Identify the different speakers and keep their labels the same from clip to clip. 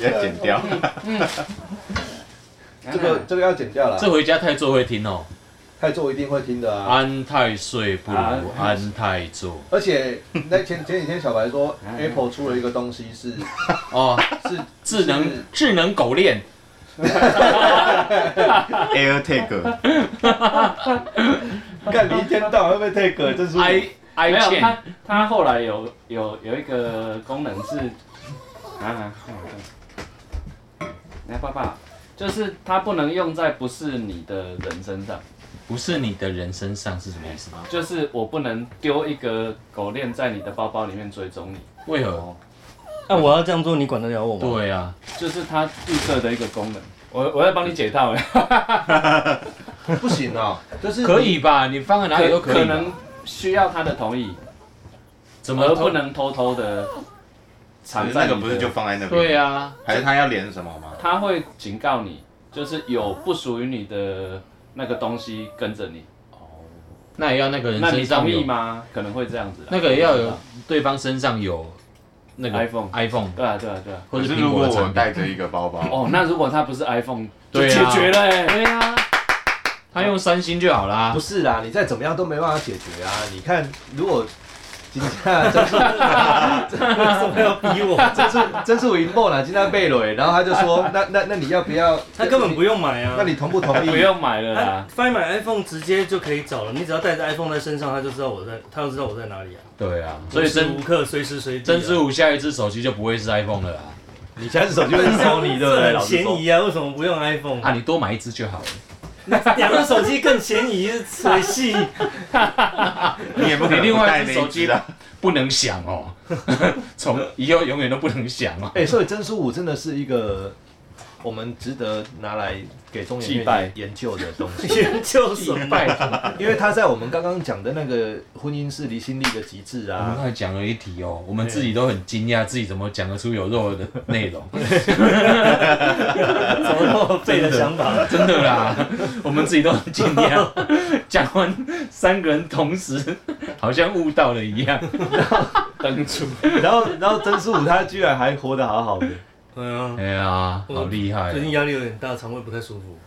Speaker 1: 要剪掉，
Speaker 2: 这个哎这个要剪掉了，
Speaker 3: 这回家太座会听哦，
Speaker 2: 泰座一定会听的啊。
Speaker 3: 安太岁不
Speaker 4: 啊
Speaker 3: 如安太座
Speaker 2: 而且那前前几天小白 说 Apple 出了一个东西是
Speaker 3: 哦，
Speaker 2: 是
Speaker 3: 智能智能狗链，
Speaker 1: AirTag，
Speaker 2: 是干你一天到晚会被 take，真是啊
Speaker 3: i
Speaker 4: 嗯没有
Speaker 3: i chain
Speaker 4: 他，他后来有有有一个功能是啊，看我看来爸爸，就是它不能用在不是你的人身上，
Speaker 3: 不是你的人身上是什么意思吗？
Speaker 4: 就是我不能丢一个狗链在你的包包里面追踪你，
Speaker 3: 为
Speaker 4: 哦
Speaker 3: 何？
Speaker 5: 那我要这样做，你管得了我吗？
Speaker 3: 对啊，
Speaker 4: 就是它预设的一个功能。我我在帮你解套，
Speaker 2: 不行啊，就是
Speaker 3: 可以吧？你放在哪里都
Speaker 4: 可可
Speaker 3: 可以啊吧。
Speaker 4: 能需要他的同意，
Speaker 3: 怎么
Speaker 4: 而不
Speaker 3: 偷？
Speaker 4: 能偷偷的藏
Speaker 1: 那
Speaker 4: 在你
Speaker 1: 个
Speaker 4: 的
Speaker 1: 不是就放在那边？
Speaker 3: 对，啊，
Speaker 1: 还是他要连什么吗？
Speaker 4: 他会警告你，就是有不属于你的那个东西跟着你，
Speaker 3: 那也要那个人
Speaker 4: 那你
Speaker 3: 身上
Speaker 4: 同意
Speaker 3: 有，
Speaker 4: 吗？可能会这样子啊。
Speaker 3: 那个也要有对方身上有那个
Speaker 4: iPhone
Speaker 3: iPhone
Speaker 4: 对啊，对啊，对啊。
Speaker 3: 或
Speaker 1: 可
Speaker 3: 者
Speaker 1: 是
Speaker 3: 苹
Speaker 1: 如
Speaker 3: 果
Speaker 1: 果
Speaker 3: 的
Speaker 1: 我
Speaker 3: 产品。
Speaker 1: 带着一个包包，
Speaker 4: 哦，那如果它不是 iPhone，就
Speaker 3: 对
Speaker 4: 解
Speaker 3: 啊
Speaker 4: 决了欸。
Speaker 3: 对啊，他用三星就好啦
Speaker 2: 不。是啦，你再怎么样都没办法解决啊！你看，如果真正啊 真是
Speaker 5: 为什么要逼我？
Speaker 2: 真是真是我赢爆了，今天被雷，然后他就 说，那那那你要不要？
Speaker 5: 他根本不用买啊。
Speaker 2: 那你同不同意？
Speaker 4: 不用买了
Speaker 5: 哎
Speaker 3: 啊
Speaker 4: 啦，
Speaker 5: 翻买 iPhone 直接就可以找了，你只要带着 iPhone 在身上，他就知道我在，他就知道我在哪里啊。
Speaker 3: 对啊，所以
Speaker 5: 无时
Speaker 3: 珍
Speaker 5: 无刻随时随地啊。
Speaker 3: 珍珠虎下一只手机就不会是 iPhone 了啦。
Speaker 2: 你现在手机会是索尼，对不对？
Speaker 5: 这
Speaker 2: 老
Speaker 5: 哎很
Speaker 2: 实
Speaker 5: 嫌
Speaker 2: 说，
Speaker 5: 疑啊，为什么不用 iPhone？
Speaker 3: 啊，你多买一只就好了。
Speaker 5: 两个手机更嫌疑，水系。
Speaker 1: 你也不可
Speaker 3: 你
Speaker 1: 能
Speaker 3: 另
Speaker 1: 不
Speaker 3: 外
Speaker 1: 带
Speaker 3: 一只
Speaker 1: 那
Speaker 3: 手
Speaker 1: 一只
Speaker 3: 机
Speaker 6: 啊
Speaker 1: 的。
Speaker 3: 不能响哦， 从以后永远都不能响哦。
Speaker 2: 哎，所以真书五真的是一个我们值得拿来给中研
Speaker 4: 祭拜
Speaker 2: 院研究的东西，
Speaker 5: 研究什么？
Speaker 2: 因为他在我们刚刚讲的那个婚姻是离心力的极致
Speaker 3: 我 们
Speaker 2: 啊。
Speaker 3: 刚才讲了一题哦，我们自己都很惊讶，自己怎么讲得出有肉的内容，
Speaker 5: 怎么那么废的想法？
Speaker 3: 真的啦，我们自己都很惊讶。 讲完三个人同时好像悟到了 一样，
Speaker 4: 登出。
Speaker 2: 然后然后真书五他居然还活得好好的，
Speaker 5: 对 啊
Speaker 3: 哎，呀，好厉害
Speaker 5: 最近
Speaker 3: 哦！
Speaker 5: 压力有点大，肠胃不太舒 服。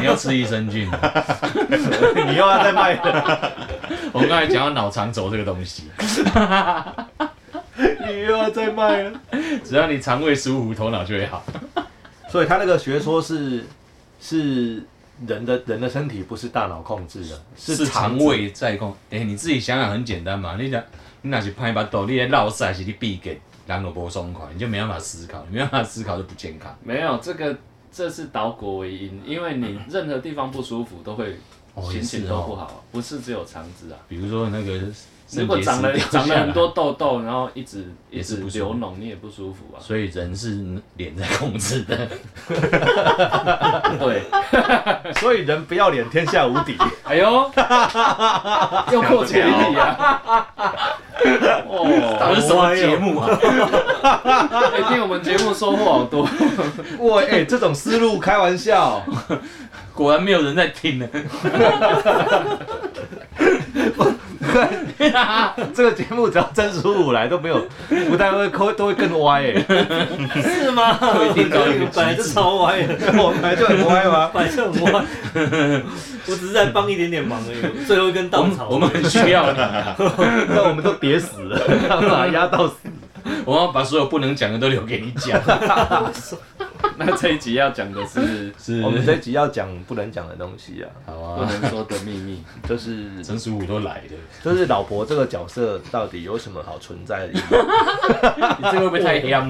Speaker 3: 你要吃益生菌哦。
Speaker 2: 你又要再卖了，
Speaker 3: 我们刚才讲到脑肠轴这个东西，
Speaker 2: 你又要再卖了。
Speaker 3: 只要你肠胃舒服，头脑就会好。
Speaker 2: 所以他那个学说是是人的人的身体不是大脑控制的，
Speaker 3: 是肠
Speaker 2: 子。
Speaker 3: 胃在控。哎、你自己想想很简单嘛，你想你哪是拍把抖，你在绕塞是你闭给人都不松快，你就没办法思考，你没办法思考就不健康。
Speaker 4: 没有这个，这是倒果为因，因为你任何地方不舒服都会
Speaker 3: 哦
Speaker 4: 心
Speaker 3: 也是
Speaker 4: 情
Speaker 3: 哦
Speaker 4: 都不好啊，不是只有肠子啊。
Speaker 3: 比如说那个
Speaker 4: 如果长了
Speaker 3: 肾结石掉
Speaker 4: 长
Speaker 3: 下来
Speaker 4: 了很多，痘痘，然后一直一
Speaker 3: 也是
Speaker 4: 直
Speaker 3: 不舒服
Speaker 4: 流脓，你也不舒服啊。
Speaker 3: 所以人是脸在控制的。
Speaker 4: 对，
Speaker 2: 所以人不要脸，天下无 敌。
Speaker 4: 哎 呦，又破前一题啊！
Speaker 3: 到
Speaker 4: 哦，
Speaker 3: 底是什么节目啊？
Speaker 4: 哎听我们节目收获好多。
Speaker 2: 哇，哎、这种思路开玩笑，
Speaker 3: 果然没有人在听呢。
Speaker 2: 这个节目只要真叔五来都没有，不但会抠，都会更歪哎、
Speaker 5: 是吗？
Speaker 3: 一定搞一个
Speaker 5: 本来就超歪的，
Speaker 2: 我们本哎来就很歪嘛。
Speaker 5: 本来就很歪。我只是在帮一点点忙而已，最后一根
Speaker 3: 我
Speaker 5: 稻
Speaker 3: 们
Speaker 5: 草。
Speaker 3: 我们很需要你 啊，
Speaker 2: 那我们都跌死了， 把他压到死。
Speaker 3: 我要把所有不能讲的都留给你讲。
Speaker 4: 那这一集要讲的是
Speaker 3: 是
Speaker 2: 我们这一集要讲不能讲的东西啊，
Speaker 3: 好
Speaker 4: 不
Speaker 3: 啊，
Speaker 4: 能说的秘密。
Speaker 2: 就是
Speaker 3: 陈叔武都来了，
Speaker 2: 就是老婆这个角色到底有什么好存在的意义？
Speaker 3: 你这个会不会太黑了？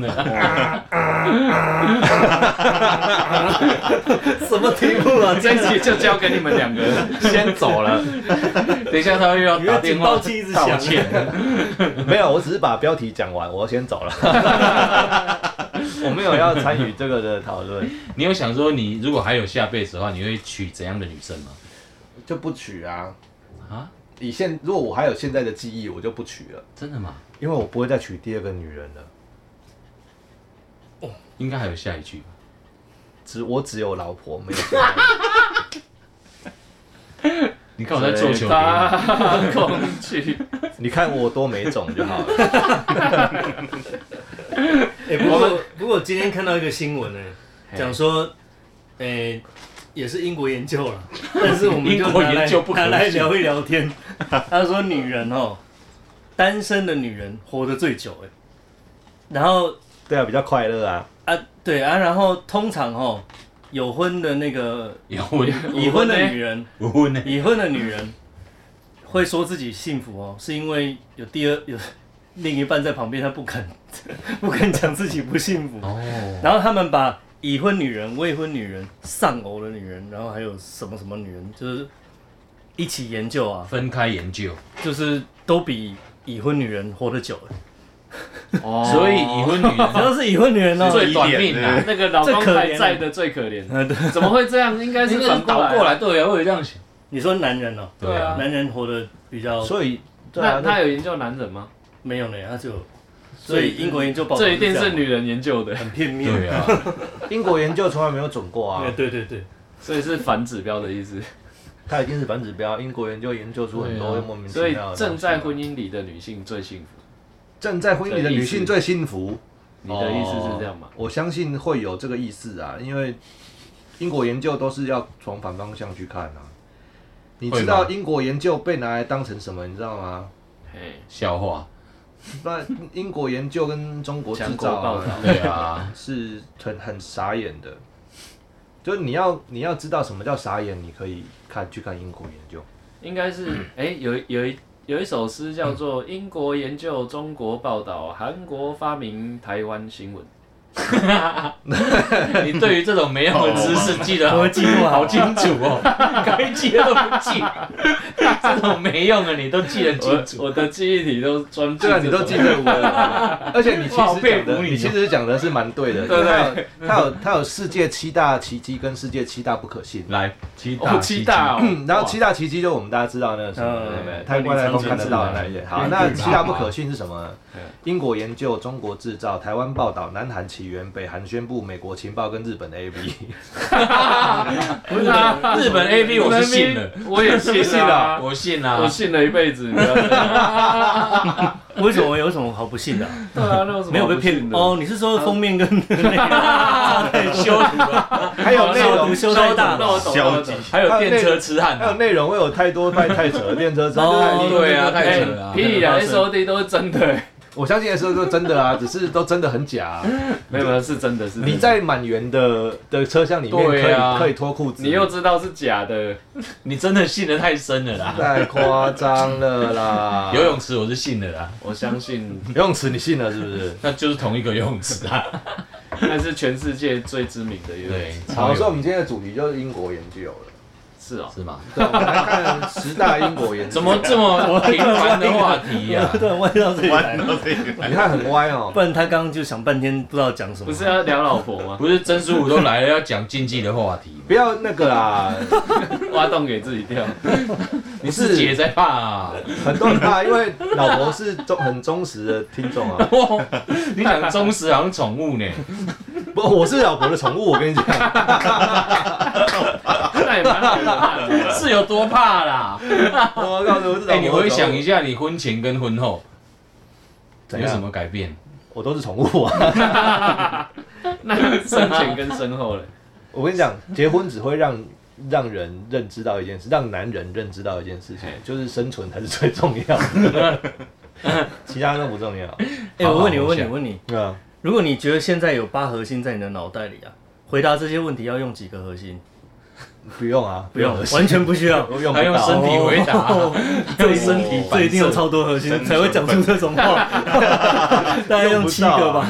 Speaker 5: 什么题目啊？
Speaker 4: 这一集就交给你们两个人先走了。
Speaker 3: 等一下他又要
Speaker 5: 你
Speaker 3: 打
Speaker 5: 的
Speaker 3: 电
Speaker 5: 警
Speaker 3: 话
Speaker 5: 报器一直啊
Speaker 3: 道
Speaker 5: 响。
Speaker 3: 歉。
Speaker 2: 没有，我只是把标题讲完，我要先走了。 我没有要参与这个的讨论，
Speaker 3: 你有想说，你如果还有下辈子的话，你会娶怎样的女生吗？
Speaker 2: 就不娶啊。
Speaker 3: 啊，
Speaker 2: 以现如果我还有现在的记忆，我就不娶了，
Speaker 3: 真的吗？
Speaker 2: 因为我不会再娶第二个女人了。
Speaker 3: 应该还有下一句吧。
Speaker 2: 只我只有老婆， 没有
Speaker 3: 你看我在做球，
Speaker 4: 啊 他恐惧。
Speaker 2: 你看我多没种就好了。
Speaker 5: 哎、不过不过我今天看到一个新闻呢、欸讲说，哎、也是英国研 究了，但是我们就
Speaker 3: 英国
Speaker 5: 拿来
Speaker 3: 研究不可
Speaker 5: 拿来
Speaker 3: 信
Speaker 5: 聊一聊 天。他说女人哦，单身的女人活得最久哎、然后
Speaker 2: 对啊，比较快乐啊。
Speaker 5: 啊对啊，然后通常哦，有婚的那个
Speaker 3: 有我
Speaker 5: 已婚的女人，
Speaker 3: 有婚呢，
Speaker 5: 已婚的女人会说自己幸福哦，是因为有第二有另一半在旁边，她不肯 不肯讲自己不幸福。
Speaker 3: 哦，
Speaker 5: 然后他们把已婚女人、未婚女人、丧偶的女人，然后还有什么什么女人，就是一起研究啊，
Speaker 3: 分开研究，
Speaker 5: 就是都比已婚女人活得久。
Speaker 4: 哦
Speaker 3: 所以已婚女
Speaker 5: 只
Speaker 3: 人
Speaker 5: 要是已婚女人哦，
Speaker 3: 最短命
Speaker 1: 对
Speaker 3: 啊，
Speaker 4: 那个老公
Speaker 5: 最可怜
Speaker 4: 还
Speaker 5: 了
Speaker 4: 在的最可怜，怎么会这样？应该
Speaker 3: 但
Speaker 4: 是
Speaker 3: 是
Speaker 4: 反
Speaker 3: 倒过
Speaker 4: 来。
Speaker 3: 来对啊，我也这样想，
Speaker 5: 你说男人哦，
Speaker 4: 对啊
Speaker 5: 男人活得比较
Speaker 2: 所以对啊
Speaker 4: 那，他有研究男人吗？
Speaker 5: 没有呢，他就所以英国研究报道
Speaker 4: 这一定
Speaker 5: 样
Speaker 4: 是
Speaker 5: 嘛
Speaker 4: 女人研究的，
Speaker 5: 很片面。
Speaker 3: 对啊，
Speaker 2: 英国研究从来没有准过啊
Speaker 5: 哎，对对对，
Speaker 4: 所以是反指标的意思。
Speaker 2: 它已经是反指标。英国研究研究出很多
Speaker 3: 对啊
Speaker 2: 莫名其
Speaker 4: 所以
Speaker 2: 妙的东西。
Speaker 4: 正在婚姻里的女性最幸福，
Speaker 2: 正在婚姻里的女性最幸福，
Speaker 4: 你的意思是这样吗？
Speaker 2: 我相信会有这个意思啊，因为英国研究都是要从反方向去看啊。你知
Speaker 3: 会
Speaker 2: 道
Speaker 3: 吗
Speaker 2: 英国研究被拿来当成什么，你知道吗？
Speaker 4: 哦嘿，
Speaker 3: 笑话，
Speaker 2: 那英国研究跟中国制
Speaker 4: 强国
Speaker 2: 造
Speaker 4: 报
Speaker 2: 啊
Speaker 4: 道，
Speaker 3: 对啊，
Speaker 2: 是很很傻眼的，就是你要你要知道什么叫傻眼，你可以看去看英国研究。
Speaker 4: 应该是哎、有有一有一首诗叫做《英国研究中国报道，韩国发明台湾新闻》。
Speaker 3: 你对于这种没用的知识记得好
Speaker 5: 我记住啊
Speaker 3: 好清楚哦，该记的都不记，这种没用的你都记得清
Speaker 4: 我
Speaker 3: 楚，
Speaker 4: 我的记忆体都专注
Speaker 2: 对
Speaker 4: 这
Speaker 2: 啊，
Speaker 4: 种。
Speaker 2: 你都记得我了，而且你其
Speaker 3: 哇好
Speaker 2: 实
Speaker 3: 佩
Speaker 2: 讲
Speaker 3: 服
Speaker 2: 的，
Speaker 3: 你哦
Speaker 2: 你其实讲的是蛮对的，
Speaker 4: 对
Speaker 2: 对，它有它有世界七大奇迹跟世界七大不可信，
Speaker 3: 来，七大
Speaker 4: 哦，期待哦。
Speaker 2: 嗯然后七大奇迹就我们大家知道那个什么，
Speaker 5: 嗯
Speaker 2: 对不对？
Speaker 5: 嗯
Speaker 2: 太空太空看得到的那
Speaker 4: 嗯
Speaker 2: 些。
Speaker 4: 嗯
Speaker 2: 好，
Speaker 3: 嗯
Speaker 2: 那
Speaker 3: 嗯
Speaker 2: 七大不可信是什么呢
Speaker 4: 嗯？
Speaker 2: 英国研究、中国制造、台湾报道、南韩起源、北韩宣布、美国情报跟日本的 A B。
Speaker 4: 不是啊
Speaker 3: 日本 A V 我是信了，，
Speaker 4: 我也信
Speaker 3: 信
Speaker 4: 啊，
Speaker 3: 我信
Speaker 4: 我
Speaker 3: 啊，
Speaker 4: 信了一辈子。你知道吗
Speaker 5: 为什么有什么好不信的啊？
Speaker 4: 对啊，那有什么
Speaker 5: 没有被
Speaker 4: 好不信
Speaker 5: 骗
Speaker 4: 的？
Speaker 5: 哦，你是说封面跟
Speaker 3: 哦
Speaker 5: 那个
Speaker 3: 羞辱啊，
Speaker 2: 还有内
Speaker 5: 消
Speaker 2: 容
Speaker 5: 毒，修太大
Speaker 4: 那我
Speaker 5: 了？
Speaker 4: 懂，那
Speaker 1: 消
Speaker 4: 我
Speaker 1: 极
Speaker 4: 懂。
Speaker 3: 还有电车痴汉
Speaker 2: 还有
Speaker 3: 啊，
Speaker 2: 内容会有太多太太扯了，电车痴
Speaker 5: 哦
Speaker 2: 汉。
Speaker 3: 对啊，太扯了
Speaker 4: 哎
Speaker 3: 啊，
Speaker 4: 屁
Speaker 2: 那
Speaker 4: 啦
Speaker 2: 个发
Speaker 4: ，S
Speaker 2: 生
Speaker 4: O D 都是真的，
Speaker 2: 我相信的时候都真的啊，只是都真的很假啊。
Speaker 4: 没有没有是真的是真的。
Speaker 2: 你在满员的的车厢里面可
Speaker 3: 对啊
Speaker 2: 以可以脱裤子，
Speaker 4: 你又知道是假的，
Speaker 3: 你真的信的太深了啦，
Speaker 2: 太夸张了 啦！
Speaker 3: 游泳池我是信的啦，
Speaker 4: 我相信
Speaker 2: 游泳池你信了是不是？
Speaker 3: 那就是同一个游泳池啊，
Speaker 4: 那是全世界最知名的游泳
Speaker 3: 对
Speaker 4: 池，，
Speaker 2: 好，
Speaker 3: 有
Speaker 2: 所以我们今天的主题就是英国研究了。
Speaker 4: 是哦，
Speaker 3: 是吗？
Speaker 2: 对，我们来看十大英国研究。
Speaker 3: 怎么这么频繁的话题啊呀、
Speaker 5: 突然歪到这里来
Speaker 1: 玩，到这 个，
Speaker 2: 你看很歪哦
Speaker 5: 不？然他刚刚就想半天不知道讲什么。
Speaker 4: 不是要啊聊老婆 吗？
Speaker 3: 不是曾叔武都来了，要讲禁忌的话题吗？
Speaker 2: 不要那个啦，
Speaker 4: 挖洞给自己跳，
Speaker 3: 你是姐在怕 啊？
Speaker 2: 很多人怕，因为老婆是忠很忠实的听众啊。
Speaker 3: 哇你讲忠实好像宠物呢，
Speaker 2: 不，我是老婆的宠物，我跟你讲，
Speaker 4: 那也蛮好的。
Speaker 3: 是有多怕啦？
Speaker 2: 我告诉你我是
Speaker 3: 哎、
Speaker 2: 老
Speaker 3: 你
Speaker 2: 婆
Speaker 3: 回
Speaker 2: 的宠
Speaker 3: 想
Speaker 2: 物。
Speaker 3: 一下，你婚前跟婚后
Speaker 2: 怎
Speaker 3: 有
Speaker 2: 样
Speaker 3: 什么改变？
Speaker 2: 我都是宠物啊！
Speaker 4: 那生前跟身后嘞，
Speaker 2: 我跟你讲，结婚只会让让人认知到一件事，让男人认知到一件事情
Speaker 4: 嘿，
Speaker 2: 就是生存才是最重要的，其他都不重要。
Speaker 5: 哎，我问你，
Speaker 3: 好
Speaker 5: 我
Speaker 3: 好我
Speaker 5: 问你，
Speaker 3: 想
Speaker 5: 我问你，
Speaker 2: 对啊，
Speaker 5: 如果你觉得现在有八核心在你的脑袋里啊，回答这些问题要用几个核心？
Speaker 2: 不用啊，
Speaker 5: 不用，完全不需 要。哦
Speaker 2: 我用
Speaker 3: 还
Speaker 2: 不
Speaker 3: 用身
Speaker 2: 到。
Speaker 3: 体回答、
Speaker 5: 这身体
Speaker 1: 反射
Speaker 5: 这一定有超多核心才会讲出这种 话，大概用七啊个吧。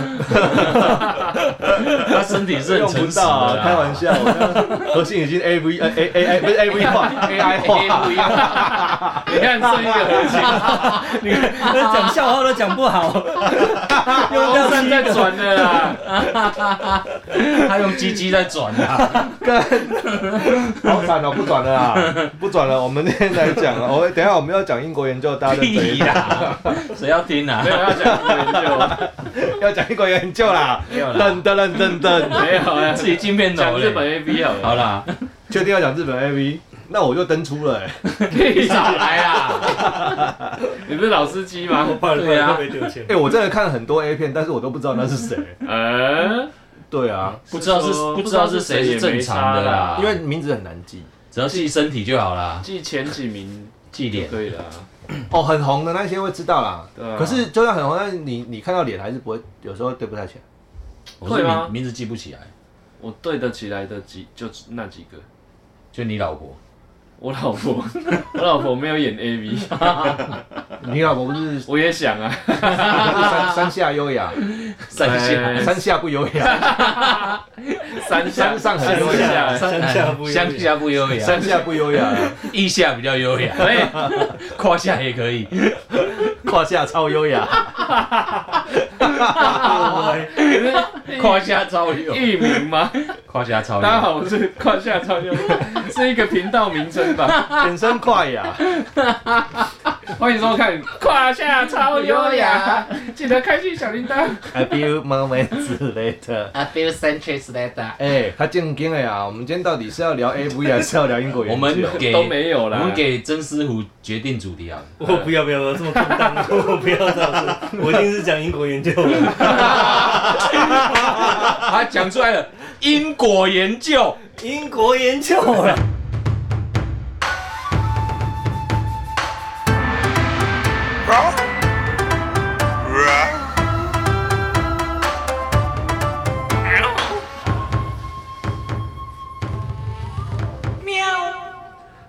Speaker 3: 他身体是
Speaker 2: 用不
Speaker 3: 很诚实的
Speaker 2: 到啊，
Speaker 3: 啦。
Speaker 2: 开玩笑，我那核心已经 A V 呃 A A A A 不是 A V 化 A I 化，
Speaker 4: 你看剩一个核心，
Speaker 5: 你看，那讲笑话都讲不好，用
Speaker 4: 风
Speaker 5: 不掉
Speaker 4: 扇
Speaker 5: 三
Speaker 4: 在转的啦。
Speaker 3: 他用鸡鸡在转啊，
Speaker 2: 好惨哦，不转了啊，不转了，我们今天来讲了， 我等一下我们要讲英国研究，大家认真
Speaker 3: 屁
Speaker 2: 一点，
Speaker 3: 啦，谁要听啊
Speaker 4: 没？有要讲研究，
Speaker 2: 要讲英国研究啦，
Speaker 3: 没有啦，
Speaker 2: 噔噔噔噔噔，
Speaker 4: 没有啊，
Speaker 3: 自己进片头
Speaker 4: 讲日
Speaker 3: 嘞
Speaker 4: 本 A V 好了。
Speaker 3: 好啦，
Speaker 2: 确定要讲日本 A V，那我就登出了、欸。
Speaker 4: 你少来啦！你不是老司机吗？对啊，
Speaker 5: 被丢钱
Speaker 2: 哎、。我真的看很多 A 片，但是我都不知道那是谁。
Speaker 4: 呃，
Speaker 2: 对啊，
Speaker 3: 不知道是
Speaker 5: 说
Speaker 3: 不知道是谁是正常的啦，
Speaker 2: 因为名字很难记。
Speaker 3: 只要记身体就好啦，
Speaker 4: 记前几名
Speaker 3: 记
Speaker 4: 就
Speaker 3: 脸。
Speaker 4: 对了啊。
Speaker 2: 哦，很红的那些会知道啦。
Speaker 4: 对啊
Speaker 2: 可是就算很红，但是你你看到脸还是不会，有时候对不太起来。
Speaker 3: 我
Speaker 4: 会
Speaker 3: 是
Speaker 4: 吗
Speaker 3: 名名字记不起来，
Speaker 4: 我对得起来的几就那几个，
Speaker 3: 就你老婆，
Speaker 4: 我老婆， 我老婆没有演 A V，
Speaker 2: 你老婆不是
Speaker 4: 我也想啊，
Speaker 2: 山山下优雅，
Speaker 3: 三下
Speaker 4: 哎
Speaker 2: 山下不优雅，
Speaker 4: 三下
Speaker 2: 山上很
Speaker 4: 三
Speaker 2: 优
Speaker 4: 下
Speaker 2: 雅，
Speaker 5: 山下不
Speaker 3: 乡
Speaker 5: 优雅
Speaker 3: 下不优雅，
Speaker 2: 山下不优雅，
Speaker 3: 腋下比较优 雅，
Speaker 4: 哎、
Speaker 3: 胯下也可以。
Speaker 2: 胯下超优雅。
Speaker 3: 胯下超有，
Speaker 4: 艺名吗？
Speaker 3: 胯下超
Speaker 4: 大家
Speaker 3: 有，
Speaker 4: 好，我是胯下超优，是一个频道名称吧？
Speaker 2: 全身胯雅，
Speaker 4: 欢迎收看胯下超优雅，记得开启小铃铛。
Speaker 2: a few moments later。
Speaker 7: A few centuries later.
Speaker 2: 哎，他正经的呀，我们今天到底是要聊 A V 还是要聊英国
Speaker 3: 我
Speaker 2: 研
Speaker 3: 们
Speaker 2: 究？
Speaker 3: 给
Speaker 4: 都没有啦
Speaker 3: 我们给真师傅决定主题好了。
Speaker 5: 我不要不要不要这么空荡， 我不要这样子，我一定是讲英国研究的。
Speaker 3: 他讲出来了，因果研究。
Speaker 5: 英国研究啊啦，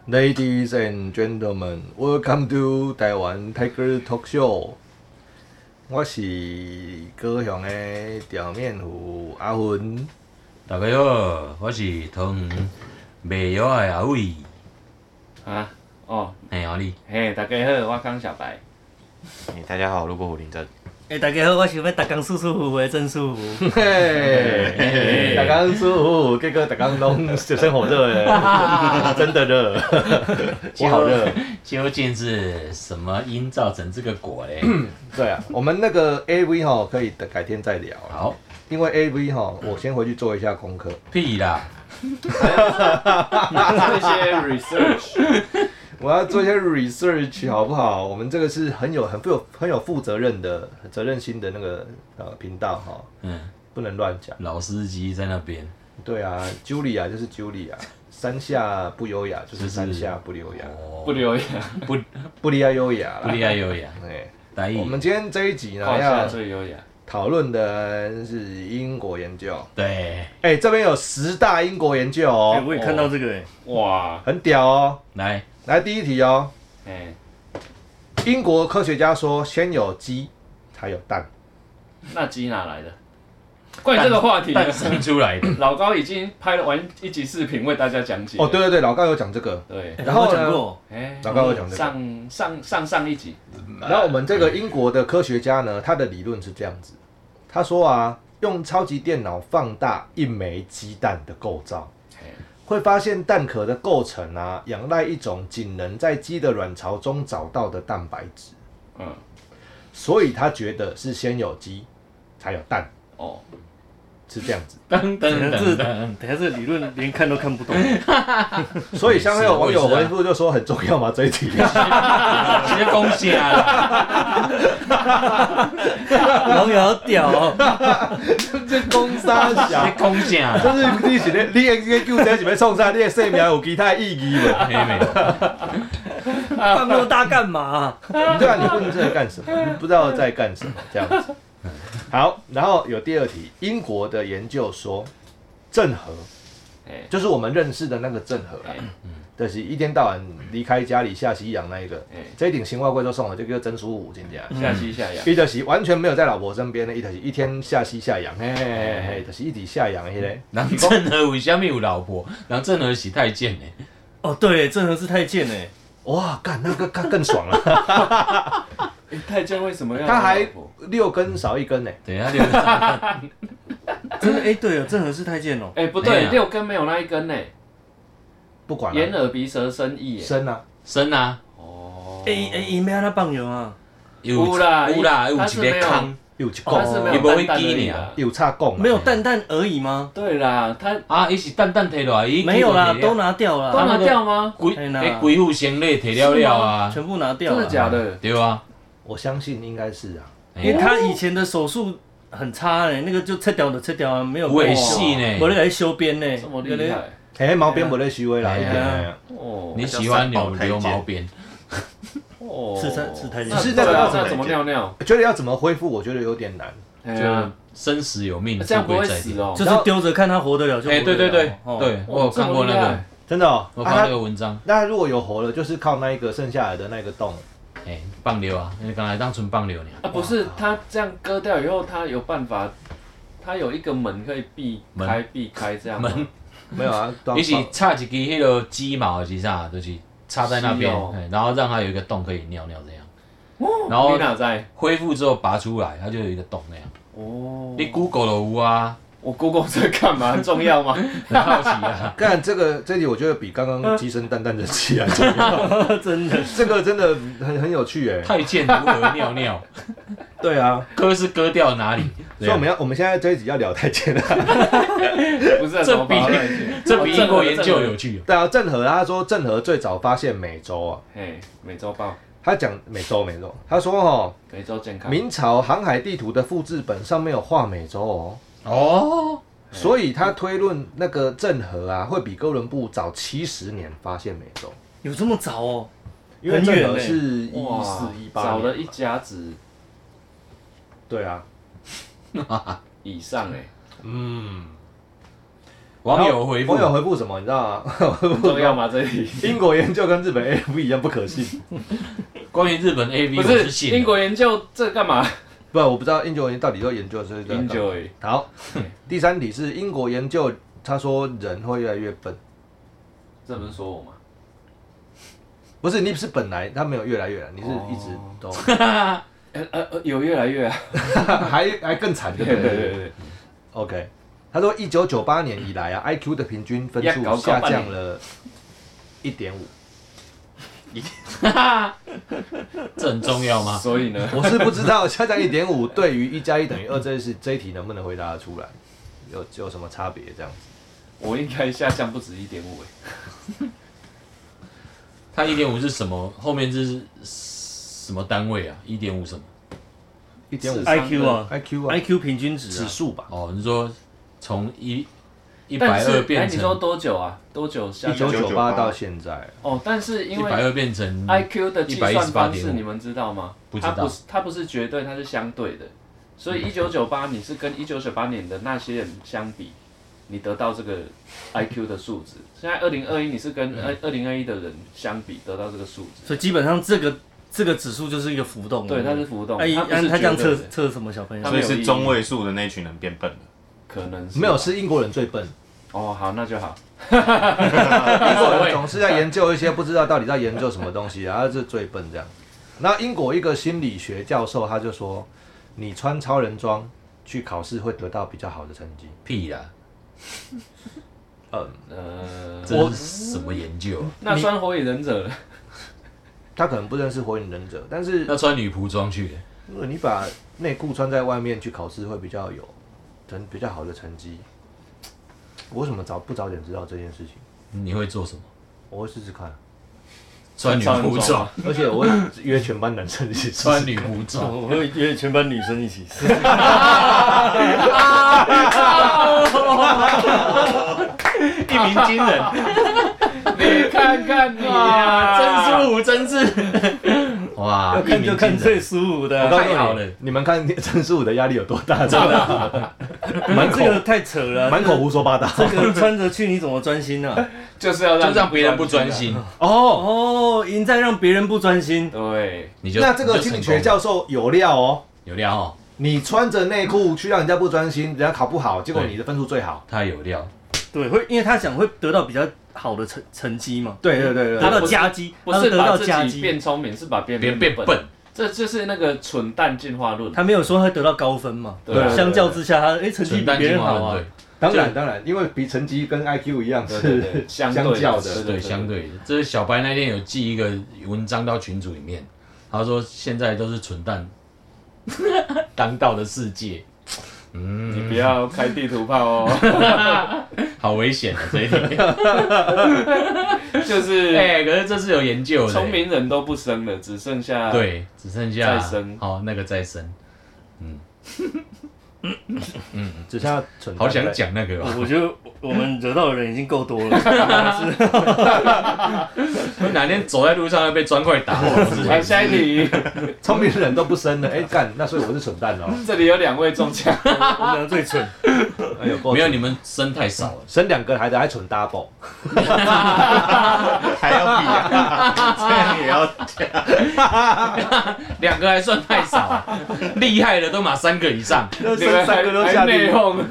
Speaker 2: Ladies and gentlemen, welcome to 台湾 Tiger Talk Show。我是高雄的表面虎阿云。
Speaker 3: 大家好，我是桃园卖药的阿伟，
Speaker 4: 啊，哦，
Speaker 3: 嘿，哎阿你，
Speaker 4: 嘿，大家好，我康小 白。
Speaker 1: 哎大家好，我路过虎林镇。
Speaker 5: 哎，大家好，我想要大家舒舒服服的，真舒服。
Speaker 2: 嘿，大家舒服，这个大家拢就生好热耶，真的热，我好热。
Speaker 3: 究竟是什么因造成这个果嘞？
Speaker 2: 对啊，我们那个 A V 哈可以等改天再聊啊，
Speaker 3: 好，
Speaker 2: 因为 A V 哈我先回去做一下功课。
Speaker 3: 屁啦，
Speaker 4: 这些 research
Speaker 2: 我要做一些 research 好不好？我们这个是很有很负有很有负责任的责任心的那个呃频道哈，
Speaker 3: 嗯，
Speaker 2: 不能乱讲。
Speaker 3: 老司机在那边，
Speaker 2: 对啊，Julia 就是 Julia，山下不优雅就是
Speaker 3: 就是
Speaker 2: 山下不优雅，
Speaker 4: 不
Speaker 3: 哦，
Speaker 4: 留言，
Speaker 2: 不利亚优雅
Speaker 3: 不啊
Speaker 2: 啦。
Speaker 3: 厉害优雅，
Speaker 2: 哎，
Speaker 3: 大意
Speaker 2: 我，们今天这一集
Speaker 4: 胯
Speaker 2: 呢
Speaker 4: 下
Speaker 2: 要
Speaker 4: 最优雅。
Speaker 2: 讨论的是英国研究。
Speaker 3: 对，
Speaker 2: 哎，这边有十大英国研究
Speaker 5: 哎，
Speaker 2: 哦，
Speaker 5: 我也看到这个，哎，
Speaker 4: 哇，
Speaker 2: 很屌哦。
Speaker 3: 来，
Speaker 2: 来第一题哦，
Speaker 4: 哎，
Speaker 2: 英国科学家说先有鸡，才有蛋。
Speaker 4: 那鸡哪来的？关于这个话题，
Speaker 3: 蛋生出来 的，
Speaker 4: 老高已经拍了完一集视频为大家讲解。
Speaker 2: 哦，对对对，老高有讲这个。
Speaker 4: 对，
Speaker 5: 哎
Speaker 2: 然后呢
Speaker 5: 我讲过，
Speaker 4: 哎，
Speaker 2: 老高有讲这个
Speaker 4: 上上上上一集，
Speaker 2: 然后我们这个英国的科学家呢，他的理论是这样子，他说啊，用超级电脑放大一枚鸡蛋的构造
Speaker 4: 嘿，
Speaker 2: 会发现蛋壳的构成啊，仰赖一种仅能在鸡的卵巢中找到的蛋白质，
Speaker 4: 嗯，
Speaker 2: 所以他觉得是先有鸡，才有蛋，
Speaker 4: 哦，
Speaker 2: 是这样子。
Speaker 3: 噔噔
Speaker 5: 这
Speaker 3: 噔 噔。
Speaker 5: 等一下这个理论连看都看不 懂。
Speaker 2: 所以下面有网 友
Speaker 3: 我
Speaker 2: 回
Speaker 3: 也是啊
Speaker 2: 复就说很重要嘛，这一 题。
Speaker 3: 直接恭喜啊！
Speaker 5: 网友好屌哦！
Speaker 2: 这公 三
Speaker 3: 直
Speaker 2: 小
Speaker 3: 接，恭喜啊！
Speaker 2: 就是你是咧，你的研究者是要创啥？你的生命有其他意义无？
Speaker 3: 妹妹，
Speaker 5: 放那么大干嘛啊？
Speaker 2: 对啊，你问这个干什么？你不知道在干什么这样子。好，然后有第二题，英国的研究说，郑和
Speaker 4: 哎，
Speaker 2: 就是我们认识的那个郑和啦
Speaker 4: 哎，
Speaker 2: 就是一天到晚离开家里下西洋那一个
Speaker 4: 哎，
Speaker 2: 这一顶新外贵都送哦了，这个真舒服，真正。
Speaker 4: 下西下雅，
Speaker 2: 伊啊就是完全没有在老婆身边的，伊就是一天下西下洋，嘿嘿嘿嘿，就是一直下洋迄个。
Speaker 3: 人郑和为什么有老婆？人郑和是太监呢，
Speaker 5: 哦，对，郑和是太监哎，
Speaker 2: 哇，干那个干更爽了，
Speaker 4: 哎太监为什么要
Speaker 2: 他还
Speaker 4: 有老婆
Speaker 2: 六根少一根呢。
Speaker 3: 对他留着
Speaker 5: 真的哎，对哦，郑和是太监哦。
Speaker 4: 哎不
Speaker 3: 没
Speaker 4: 对，
Speaker 3: 有
Speaker 4: 六根没有那一根呢，
Speaker 2: 不管
Speaker 4: 眼
Speaker 2: 了，
Speaker 4: 耳鼻舌身意耶，
Speaker 2: 生啊，
Speaker 3: 生啊，
Speaker 4: 哦，
Speaker 5: 哎哎，伊咩他棒友啊？
Speaker 3: 有
Speaker 4: 有啦
Speaker 3: 有啦，
Speaker 4: 他
Speaker 3: 有
Speaker 4: 是
Speaker 3: 一个
Speaker 4: 没有
Speaker 3: 坑，
Speaker 2: 又一
Speaker 4: 他哦是
Speaker 2: 讲，
Speaker 4: 没有淡淡而已
Speaker 3: 他
Speaker 4: 啦。
Speaker 2: 又差讲，啊
Speaker 5: 没有淡淡而已
Speaker 4: 啊
Speaker 5: 吗？
Speaker 4: 对啦，他
Speaker 3: 啊，伊是淡淡摕落来，伊
Speaker 5: 没有啦，都拿掉
Speaker 4: 都
Speaker 5: 了，
Speaker 4: 拿掉吗？
Speaker 3: 规
Speaker 5: 嘿啦
Speaker 3: 诶规副行李摕了了啊，
Speaker 5: 全部拿掉
Speaker 4: 真的
Speaker 5: 了。
Speaker 4: 假的？
Speaker 3: 对啊，
Speaker 2: 我相信应该是啊，
Speaker 5: 因为
Speaker 3: 嘿
Speaker 5: 他以前的手术很差哎，那个就切掉的切掉啊，没有
Speaker 3: 有诶
Speaker 5: 过，
Speaker 3: 死
Speaker 5: 我
Speaker 3: 呢，
Speaker 5: 那个修边欸呢，
Speaker 4: 这么厉害
Speaker 2: 哎，毛边无咧虚伪啦，
Speaker 3: 哎
Speaker 2: 一
Speaker 3: 呀
Speaker 2: 点哎
Speaker 4: 哦
Speaker 3: 你喜欢有留毛边？
Speaker 4: 哦啊
Speaker 5: 吃太吃太
Speaker 4: 那
Speaker 2: 是
Speaker 4: 这
Speaker 2: 那个
Speaker 4: 样怎么尿尿？
Speaker 2: 觉得要怎么恢复，我觉得有点难。
Speaker 4: 哎
Speaker 3: 就
Speaker 4: 呀，
Speaker 3: 生死有命，
Speaker 4: 这样不会
Speaker 3: 富贵在天
Speaker 4: 死。哦。
Speaker 5: 就是丢着看他活得了就活得
Speaker 3: 哎，
Speaker 5: 了。
Speaker 3: 对对对
Speaker 5: 哦，
Speaker 3: 对，我
Speaker 4: 哦
Speaker 3: 有看过那
Speaker 4: 这么厉
Speaker 3: 个
Speaker 4: 害，
Speaker 2: 真的哦，
Speaker 3: 我
Speaker 2: 啊
Speaker 3: 看那
Speaker 2: 那
Speaker 3: 个文章，
Speaker 2: 那如果有活了，就是靠那一个剩下来的那个洞，
Speaker 3: 哎，放流啊，你刚才当纯放流呢，
Speaker 4: 啊，不是，他这样割掉以后，他有办法，他有一个门可以避开，避开这样吗
Speaker 3: 门
Speaker 2: 没有啊，
Speaker 3: 你是插一支迄个鸡毛还是啥，就是插在那边
Speaker 4: 是哦，
Speaker 3: 嘿然后让它有一个洞可以尿尿这样。
Speaker 4: 哦
Speaker 3: 然后
Speaker 4: 你哪在？
Speaker 3: 恢复之后拔出来，它就有一个洞那样。
Speaker 4: 哦，
Speaker 3: 你 Google 了无啊？
Speaker 4: 我 Google 这干嘛？很重要 吗？
Speaker 3: 很好奇 啊。
Speaker 2: 干这个这里，我觉得比刚刚鸡生蛋蛋的气还重要，
Speaker 5: 哦 真的
Speaker 2: 这个真的很很有趣哎。
Speaker 3: 太监如何尿尿？
Speaker 2: 对啊，
Speaker 3: 割是割掉哪里？
Speaker 2: 所以我们要我们现在这一集要聊太监了。
Speaker 4: 不是，
Speaker 3: 这
Speaker 4: 怎么
Speaker 3: 比
Speaker 4: 把它乱写
Speaker 3: 这比英国研究。
Speaker 4: 哦
Speaker 3: 有趣啊。
Speaker 2: 对啊，郑和他说郑和最早发现美洲啊，
Speaker 4: 正哎，每周报，
Speaker 2: 他讲美洲美洲，他说哦，
Speaker 4: 每周健康。
Speaker 2: 明朝航海地图的复制本上面有画美洲哦，
Speaker 3: 哦，
Speaker 2: 所以他推论那个郑和啊会比哥伦布早七十年发现美洲，
Speaker 5: 有这么早哦？
Speaker 2: 因为郑和
Speaker 5: 很远欸
Speaker 2: 是一
Speaker 4: 哇
Speaker 2: 四一八
Speaker 4: 找了
Speaker 2: 年，
Speaker 4: 一甲子
Speaker 2: 对啊，
Speaker 4: 以上 哎，
Speaker 2: 嗯，
Speaker 3: 网友回复
Speaker 2: 网，友回复什么你知道吗？
Speaker 4: 很重要吗？这 里
Speaker 2: 英国研究跟日本 A F 一样不可信，
Speaker 3: 关于日本 A V
Speaker 4: 不
Speaker 3: 我
Speaker 4: 是
Speaker 3: 信啊的
Speaker 4: 英国研究这干嘛
Speaker 2: 不，我不知道英国人到底都研究的是这个干嘛。
Speaker 4: ？Enjoy
Speaker 2: 好，第三题是英国研究，他说人会越来越笨。
Speaker 4: 这不是说我吗？
Speaker 2: 不是，你是本来他没有越来越来，你是一直都、
Speaker 4: 呃呃呃，有越来越啊，
Speaker 2: 还还更惨，对
Speaker 4: 对
Speaker 2: 不
Speaker 4: 对
Speaker 2: 对
Speaker 4: 对对，
Speaker 2: OK，他说一九九八年以来啊，IQ 的平均分数
Speaker 4: 要搞搞
Speaker 2: 下
Speaker 4: 半年
Speaker 2: 降了一点五。
Speaker 3: 这很重要吗？
Speaker 4: 所以呢，
Speaker 2: 我是不知 道下降一点五对于一加一等于二这是这一题能不能回答得出来，有有什么差别这样子？
Speaker 4: 我应该下降不止一点五
Speaker 3: 它一点五是什么？后面是什么单位啊？一点五什么？
Speaker 2: 一点五
Speaker 4: 是
Speaker 5: IQ 啊
Speaker 2: IQ 啊
Speaker 5: ，IQ 平均值
Speaker 2: 指
Speaker 5: 啊，
Speaker 2: 数吧，
Speaker 3: 哦，你说从一一
Speaker 4: 一
Speaker 3: 百二
Speaker 4: 哎，
Speaker 3: 变
Speaker 4: 你说
Speaker 3: 成
Speaker 4: 多久啊？多久下
Speaker 2: 一九
Speaker 4: 降？
Speaker 2: 九八到现在，
Speaker 4: 哦，但是
Speaker 3: 一
Speaker 4: 因
Speaker 3: 百
Speaker 4: 为哎
Speaker 3: 二变成
Speaker 4: IQ 的计算方
Speaker 3: 118.5
Speaker 4: 式你们知道吗？
Speaker 3: 不知道
Speaker 4: 它不是它不是绝对，它是相对的。所以一九九八你是跟一九九八年的那些人相比，你得到这个 IQ 的数值。现在二零二一你是跟二二零二一的人相比得到这个数值，
Speaker 5: 所以基本上这个这个指数就是一个浮动。
Speaker 4: 对，它是浮动，
Speaker 5: 哎，
Speaker 4: 它不
Speaker 5: 按
Speaker 4: 是
Speaker 5: 他这样
Speaker 4: 绝对
Speaker 5: 测
Speaker 4: 的
Speaker 5: 测什么小朋友
Speaker 4: 他？
Speaker 6: 所
Speaker 4: 们
Speaker 6: 以
Speaker 4: 有
Speaker 6: 是中位数的那群人变笨了。
Speaker 4: 可能是吧
Speaker 2: 没有是英国人最笨，
Speaker 4: 哦，好，那就好。
Speaker 2: 英国人总是在研究一些不知道到底在研究什么东西啊， 他是最笨这样。那英国一个心理学教授他就说，你穿超人装去考试会得到比较好的成绩。
Speaker 3: 屁啦，
Speaker 2: 嗯，
Speaker 4: 呃，
Speaker 3: 这是什么研究啊？
Speaker 4: 那穿火影忍者了
Speaker 2: 他可能不认识火影忍者，但是
Speaker 3: 要穿女仆装去的，
Speaker 2: 如果你把内裤穿在外面去考试会比较有成比较好的成绩。我为什么早不早点知道这件事情？
Speaker 3: 你会做什么？
Speaker 2: 我会试试看，啊
Speaker 3: 穿女仆装，
Speaker 2: 而且我会约全班男生一起试试看
Speaker 3: 穿女仆 装，
Speaker 5: 我会约全班女生一起。
Speaker 6: 一鸣惊人，
Speaker 4: 你看看你啊，
Speaker 3: 真舒服，真是，哇，
Speaker 5: 要看就看
Speaker 3: 这，
Speaker 5: 最舒服的
Speaker 2: 我
Speaker 5: 啊、
Speaker 2: 告
Speaker 3: 太好
Speaker 2: 诉
Speaker 3: 了
Speaker 2: 你，你们看陈十五的压力有多大，真的，满口
Speaker 5: 这个太扯了啊、
Speaker 2: 满口胡说八道。
Speaker 5: 这个穿着去你怎么专心呢、啊？
Speaker 4: 就是要让
Speaker 3: 就让别人不专
Speaker 4: 啊。
Speaker 3: 心，
Speaker 2: 哦，
Speaker 5: 哦，赢在让别人不专心。
Speaker 4: 对，
Speaker 3: 你就
Speaker 2: 那这个心理学教授有料哦。
Speaker 3: 你就成功了有料哦，
Speaker 2: 你穿着内裤去让人家不专心，人家考不好，结果
Speaker 3: 对
Speaker 2: 你的分数最好。
Speaker 3: 他有料，
Speaker 5: 对，会因为他想会得到比较好的成成绩嘛，
Speaker 2: 对对对
Speaker 5: 得
Speaker 2: 对，
Speaker 5: 到夹击，
Speaker 4: 不
Speaker 5: 他
Speaker 4: 是
Speaker 5: 得
Speaker 4: 把
Speaker 5: 到
Speaker 4: 自
Speaker 5: 夹
Speaker 4: 己
Speaker 5: 击。
Speaker 4: 变聪明，是把别
Speaker 3: 别
Speaker 4: 人
Speaker 3: 人变
Speaker 4: 笨。
Speaker 3: 笨，
Speaker 4: 这就是那个蠢蛋进化论。
Speaker 5: 他没有说他得到高分嘛，
Speaker 4: 对啊
Speaker 5: 相较之下，他哎、诶成绩
Speaker 3: 蠢
Speaker 5: 比
Speaker 3: 蛋
Speaker 5: 别
Speaker 3: 进
Speaker 5: 人
Speaker 3: 化
Speaker 5: 好
Speaker 3: 论
Speaker 5: 啊
Speaker 3: 对。
Speaker 2: 当然当然，因为比成绩跟 IQ 一样
Speaker 4: 对对对
Speaker 2: 是
Speaker 4: 相对
Speaker 2: 相
Speaker 4: 的
Speaker 2: 较
Speaker 4: 对
Speaker 2: 的。
Speaker 3: 对，相对的，这是小白那 天有寄一个文章到群组里面，他说现在都是蠢蛋当道的世界，
Speaker 4: 你不要开地图炮哦。
Speaker 3: 好危险啊！这一 点，
Speaker 4: 就是
Speaker 3: 哎，可是这是有研究的，
Speaker 4: 聪明人都不生了，只剩下，
Speaker 3: 对，只剩下
Speaker 4: 再生
Speaker 3: 好那个再生，
Speaker 2: 只剩下蠢蛋
Speaker 3: 好想
Speaker 2: 在，
Speaker 3: 讲那个哦，
Speaker 5: 我我觉得我 们惹到的人已经够多了，是
Speaker 3: 我 哪天走在路上要被砖块 打，
Speaker 4: 来下一题，
Speaker 2: 聪明人都不生了，哎干，那所以我是蠢蛋哦，
Speaker 4: 这里有两位中奖，
Speaker 5: 我们俩最蠢。
Speaker 2: 哎呦，够
Speaker 3: 没有
Speaker 2: 蠢
Speaker 3: 你们生太少了，
Speaker 2: 生两个孩子还蠢 double，
Speaker 6: 还要比啊，这样也要
Speaker 3: 两个还算太少 了，厉害的都马三个以上，
Speaker 4: 你们还还内讧，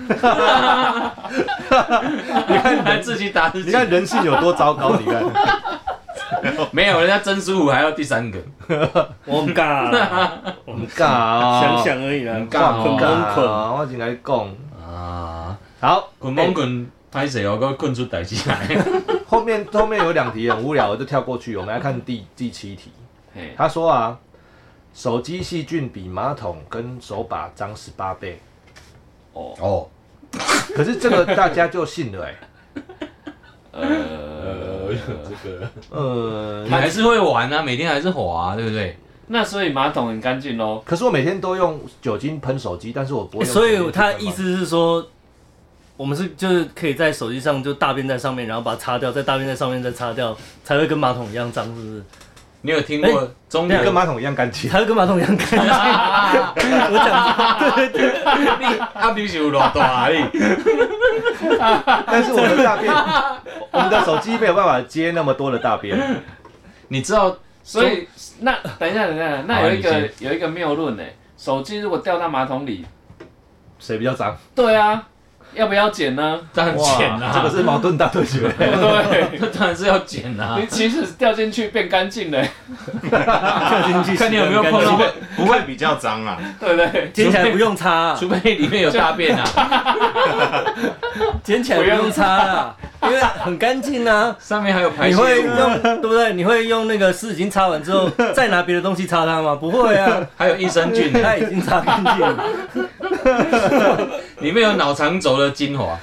Speaker 3: 你看还 自己打自己
Speaker 2: 你，看人性有多糟糕，你看，
Speaker 3: 没有人家曾叔武还要第三个，
Speaker 5: 我很 尬，
Speaker 2: 尬啊，
Speaker 5: 想想而已啦，
Speaker 3: 尬哦
Speaker 5: 很崩
Speaker 2: 尬
Speaker 5: 溃。
Speaker 2: 啊，我进来讲，
Speaker 3: 啊，
Speaker 2: 好，
Speaker 3: 滚蒙滚，拍谁哦？给我滚出歹机来！
Speaker 2: 后面后面有两题很无聊，我就跳过去，我们来看第第七题。
Speaker 4: 嘿
Speaker 2: 他说啊，手机细菌比马桶跟手把脏十八倍，
Speaker 4: 哦，
Speaker 3: 哦，
Speaker 2: 可是这个大家就信了哎、
Speaker 4: 呃，
Speaker 3: 个
Speaker 2: 呃
Speaker 3: 你，还是会玩啊，每天还是滑、啊，对不对？
Speaker 4: 那所以马桶很干净喽。
Speaker 2: 可是我每天都用酒精喷手机，但是我不会用
Speaker 5: 所
Speaker 2: 酒精去
Speaker 5: 以
Speaker 2: 喷嘛。
Speaker 5: 他意思是说，我们是就是可以在手机上就大便在上面，然后把它擦掉，再大便在上面再擦掉，才会跟马桶一样脏，是不 是？
Speaker 3: 你有听过中
Speaker 2: 跟
Speaker 3: 国？
Speaker 2: 马桶一样干净。
Speaker 5: 才会跟马桶一样 干净。我讲
Speaker 3: 阿比啊是有偌大你？
Speaker 2: 但是我们的大 便，我们的手机没有办法接那么多的大便。
Speaker 3: 你知道
Speaker 4: 所以那等一下，等一下，那
Speaker 3: 好
Speaker 4: 有一个
Speaker 3: 你
Speaker 4: 有一个谬论呢，手机如果掉到马桶里，
Speaker 2: 谁比较脏？
Speaker 4: 对啊，要不要捡 呢？
Speaker 3: 当然
Speaker 2: 哇
Speaker 3: 捡
Speaker 2: 这个
Speaker 3: 啊，
Speaker 2: 是矛盾大对决。
Speaker 4: 对，
Speaker 3: 这当然是要捡啊
Speaker 4: 你。其实掉进去变干净了，
Speaker 5: 掉进去，
Speaker 3: 看你有没有碰
Speaker 5: 洗
Speaker 3: 到
Speaker 5: 得很干净，
Speaker 6: 不会比较脏啊。
Speaker 4: 对不对？
Speaker 5: 捡起来不用擦啊，
Speaker 3: 除非里面有大便啊，
Speaker 5: 捡起来不用擦啊，因为很干净啊。
Speaker 3: 上面还有排
Speaker 5: 你
Speaker 3: 泄
Speaker 5: 会
Speaker 3: 物，
Speaker 5: 用对不对？你会用那个湿巾擦完之 后，再拿别的东西擦它吗？不会 啊，
Speaker 3: 还有益生菌，
Speaker 5: 它已经擦干净了。
Speaker 3: 里面有脑肠轴的精华。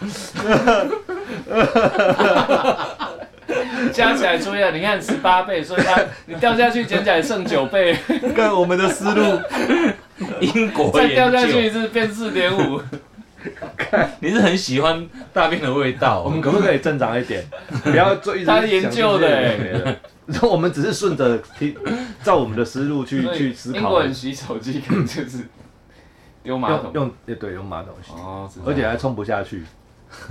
Speaker 4: 加起来出现，你看十八倍，所以它你掉下去捡起来剩九倍，
Speaker 2: 看我们的思路，
Speaker 3: 英国
Speaker 4: 再掉
Speaker 3: 研
Speaker 4: 下去一
Speaker 3: 究，
Speaker 4: 次变四点 五，
Speaker 3: 你是很喜欢大便的味道
Speaker 2: 我
Speaker 3: 哦
Speaker 2: 们。可不可以正常一点？不要做一直
Speaker 4: 他研究的欸
Speaker 2: 哎。我们只是顺着听，照我们的思路去
Speaker 4: 所以
Speaker 2: 去思
Speaker 4: 英
Speaker 2: 考
Speaker 4: 国
Speaker 2: 而已。
Speaker 4: 人洗手机可能就是丢马
Speaker 2: 用
Speaker 4: 桶，
Speaker 2: 用呃对用马桶洗，
Speaker 4: 哦，知道
Speaker 2: 而且啊还冲不下去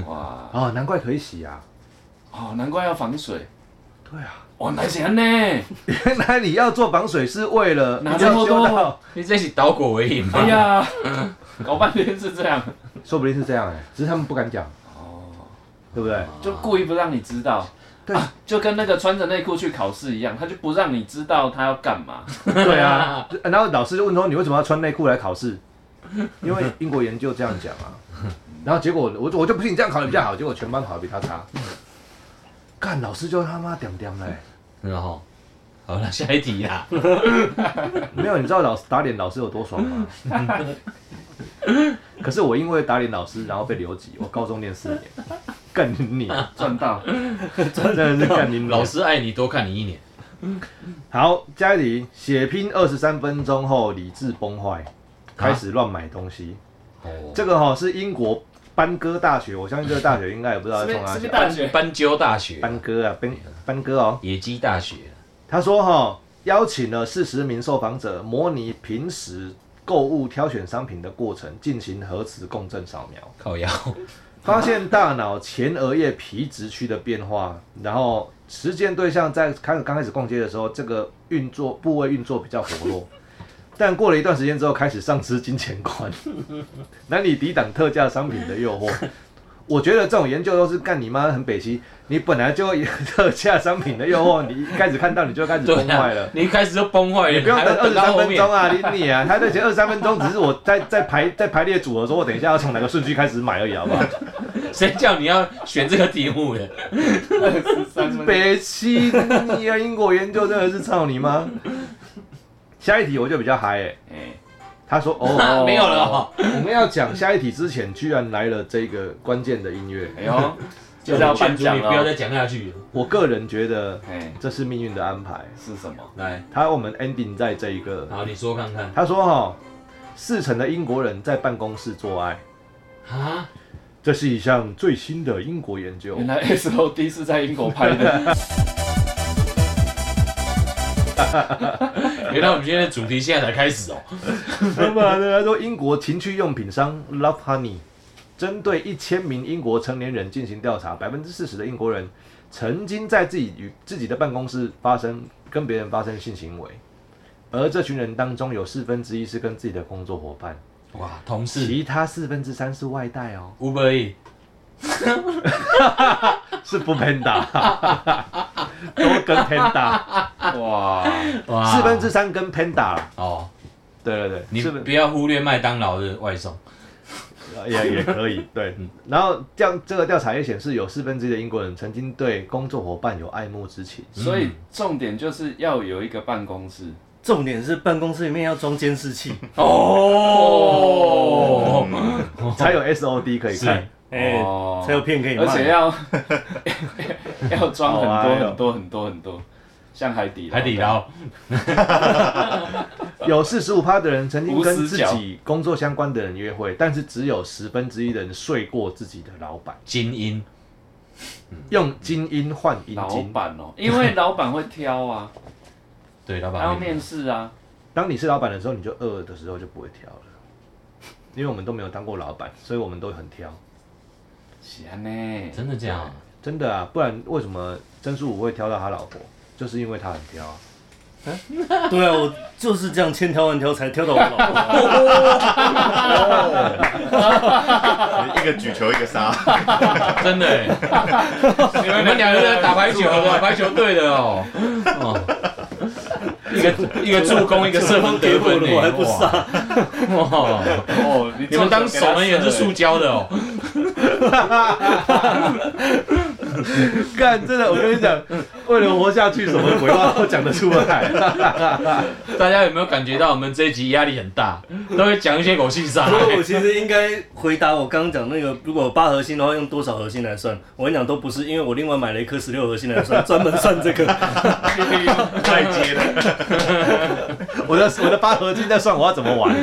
Speaker 4: 哇，
Speaker 2: 哦，难怪可以洗啊！
Speaker 4: 哦，难怪要防水，
Speaker 2: 对啊，
Speaker 4: 哦，来钱呢？
Speaker 2: 原来你要做防水是为了
Speaker 4: 哪这么多
Speaker 2: 要修到
Speaker 3: 你这是导果为因
Speaker 4: 哎
Speaker 3: 吗？
Speaker 4: 呀，搞半天是这样，
Speaker 2: 说不定是这样哎、只是他们不敢讲哦，对不对？
Speaker 4: 就故意不让你知道。
Speaker 2: 对
Speaker 4: 啊，就跟那个穿着内裤去考试一样，他就不让你知道他要干嘛。
Speaker 2: 对啊，然后老师就问说你为什么要穿内裤来考 试？因为英国研究这样讲啊。然后结果我我就不信你这样考的比较好，结果全班考的比他差。干老师就他妈点点嘞、
Speaker 3: 然后，好了，下一题啦。
Speaker 2: 没有，你知道老师打脸老师有多爽 吗？可是我因为打脸老师，然后被留级，我高中念四年，干你娘，
Speaker 4: 赚到，
Speaker 2: 啊真的是干你娘
Speaker 3: 老师爱你，多看你一年。
Speaker 2: 好，嘉里血拼二十三分钟后理智崩坏，开始乱买东西。
Speaker 3: 哦，
Speaker 2: 这个哈、是英国班哥大学，我相信这个大学应该也不知道
Speaker 4: 是
Speaker 2: 在
Speaker 4: 不
Speaker 2: 冲哪
Speaker 4: 是是
Speaker 2: 里
Speaker 4: 不是。大学？
Speaker 3: 斑鸠大学，
Speaker 2: 班哥啊，班班哥哦，
Speaker 3: 野鸡大学，
Speaker 2: 他说哈、邀请了四十名受访者模拟平时购物挑选商品的过程，进行核磁共振扫描。
Speaker 3: 靠腰。
Speaker 2: 发现大脑前额叶皮质区的变化，然后实践对象在开始刚开始逛街的时候，这个运作部位运作比较活络， 但过了一段时间之后，开始丧失金钱观， 难以抵挡特价商品的诱惑。我觉得这种研究都是干你妈很北西，你本来就有特价商品的诱惑，你一开始看到你就开始
Speaker 3: 对
Speaker 2: 崩
Speaker 3: 啊
Speaker 2: 坏了，。
Speaker 3: 你一开始就崩坏了，
Speaker 2: 你不用
Speaker 3: 还
Speaker 2: 等
Speaker 3: 要
Speaker 2: 二十
Speaker 3: 到
Speaker 2: 三
Speaker 3: 后
Speaker 2: 分
Speaker 3: 面
Speaker 2: 钟。啊，你你啊，他在前二十三分钟只是我在在排在排列组合，说我等一下要从哪个顺序开始买而已，好不好？
Speaker 3: 谁叫你要选这个题目 的？
Speaker 2: 北七，你 啊，英国研究真的是操你妈！下一题我就比较嗨哎、
Speaker 4: 哎，
Speaker 2: 他 说：“哦，
Speaker 3: 啊没有了哦，
Speaker 2: 我们要讲下一题之前，居然来了这个关键的音乐。
Speaker 4: 哎呦，就是要颁
Speaker 3: 劝阻
Speaker 4: 奖
Speaker 3: 你不要
Speaker 4: 了。
Speaker 3: 再讲下去了。
Speaker 2: 我个人觉得
Speaker 4: 哎，
Speaker 2: 这是命运的安排。
Speaker 4: 是什么？
Speaker 3: 来，
Speaker 2: 他我们 ending 在这一个，
Speaker 3: 好，你说看看
Speaker 2: 他说哈、哦，四成的英国人在办公室做爱，
Speaker 3: 啊，
Speaker 2: 这是一项最新的英国研究
Speaker 4: 原。来 S O D 是在英国拍的，
Speaker 3: 原来我们今天的主题现在才开始哦。
Speaker 2: 那么呢，他说英国情趣用品商 Love Honey 针对一千名英国成年人进行调查，百分之四十的英国人曾经在自己与自己的办公室发生跟别人发生性行为，而这群人当中有四分之一是跟自己的工作伙伴，
Speaker 3: 哇，同事
Speaker 2: 其他四分之三是外带哦，
Speaker 3: Uber E，
Speaker 2: 是不 Panda，都跟 Panda，
Speaker 4: 哇，
Speaker 3: 哇
Speaker 2: 四分之三跟 Panda 啦
Speaker 3: 哦，
Speaker 2: 对对对，
Speaker 3: 你
Speaker 2: 四分
Speaker 3: 不要忽略麦当劳的外送。
Speaker 2: 也也可以，对。嗯然后这样，这个调查也显示，有四分之一的英国人曾经对工作伙伴有爱慕之情。
Speaker 4: 所以重点就是要有一个办公室。
Speaker 5: 重点是办公室里面要装监视器，
Speaker 3: 嗯哦，
Speaker 2: 才有 SOD 可以看。
Speaker 5: 哎、
Speaker 4: 哦
Speaker 5: 才有片可以卖。
Speaker 4: 而且要要 装很
Speaker 2: 好啊
Speaker 4: 多很多很多很多，像海底
Speaker 3: 海底捞
Speaker 2: 有四十五趴的人曾经跟
Speaker 4: 无
Speaker 2: 自
Speaker 4: 死角
Speaker 2: 己工作相关的人约会，但是只有十分之一的人睡过自己的老板，
Speaker 3: 精英
Speaker 2: 用精英换银
Speaker 4: 嗯老
Speaker 2: 金。
Speaker 4: 板哦，因为老板会挑啊，
Speaker 3: 对老
Speaker 4: 他要
Speaker 3: 板
Speaker 4: 面试啊，
Speaker 2: 当你是老板的时候，你就饿的时候就不会挑了，因为我们都没有当过老板，所以我们都很挑。
Speaker 4: 是安呢，
Speaker 3: 真的这样啊？
Speaker 2: 真的啊，不然为什么曾淑武会挑到他老婆？就是因为他很挑啊。
Speaker 5: 对啊，我就是这样千挑万挑才挑到我老婆。
Speaker 6: 一个举球一个杀，
Speaker 3: 真的欸，你们两个人打排球 的，排球队的哦，哦，一个一个助攻，一个射门得分呢，
Speaker 5: 我还不杀，
Speaker 3: 哇，
Speaker 4: 哦，
Speaker 3: 你们当守门员是塑胶的哦，
Speaker 2: 干，真的，我跟你 讲，为了活下去，什么鬼话都讲得出来。
Speaker 3: 大家有没有感觉到我们这一集压力很大，都会讲一些狗屁啥？
Speaker 5: 所以我其实应该回答我刚刚讲那个，如果有八核心的话，用多少核心来算？我跟你讲都不是，因为我另外买了一颗十六核心来算，专门算这个。
Speaker 6: 太接了。
Speaker 2: 我的我的八合金在算我要怎么玩。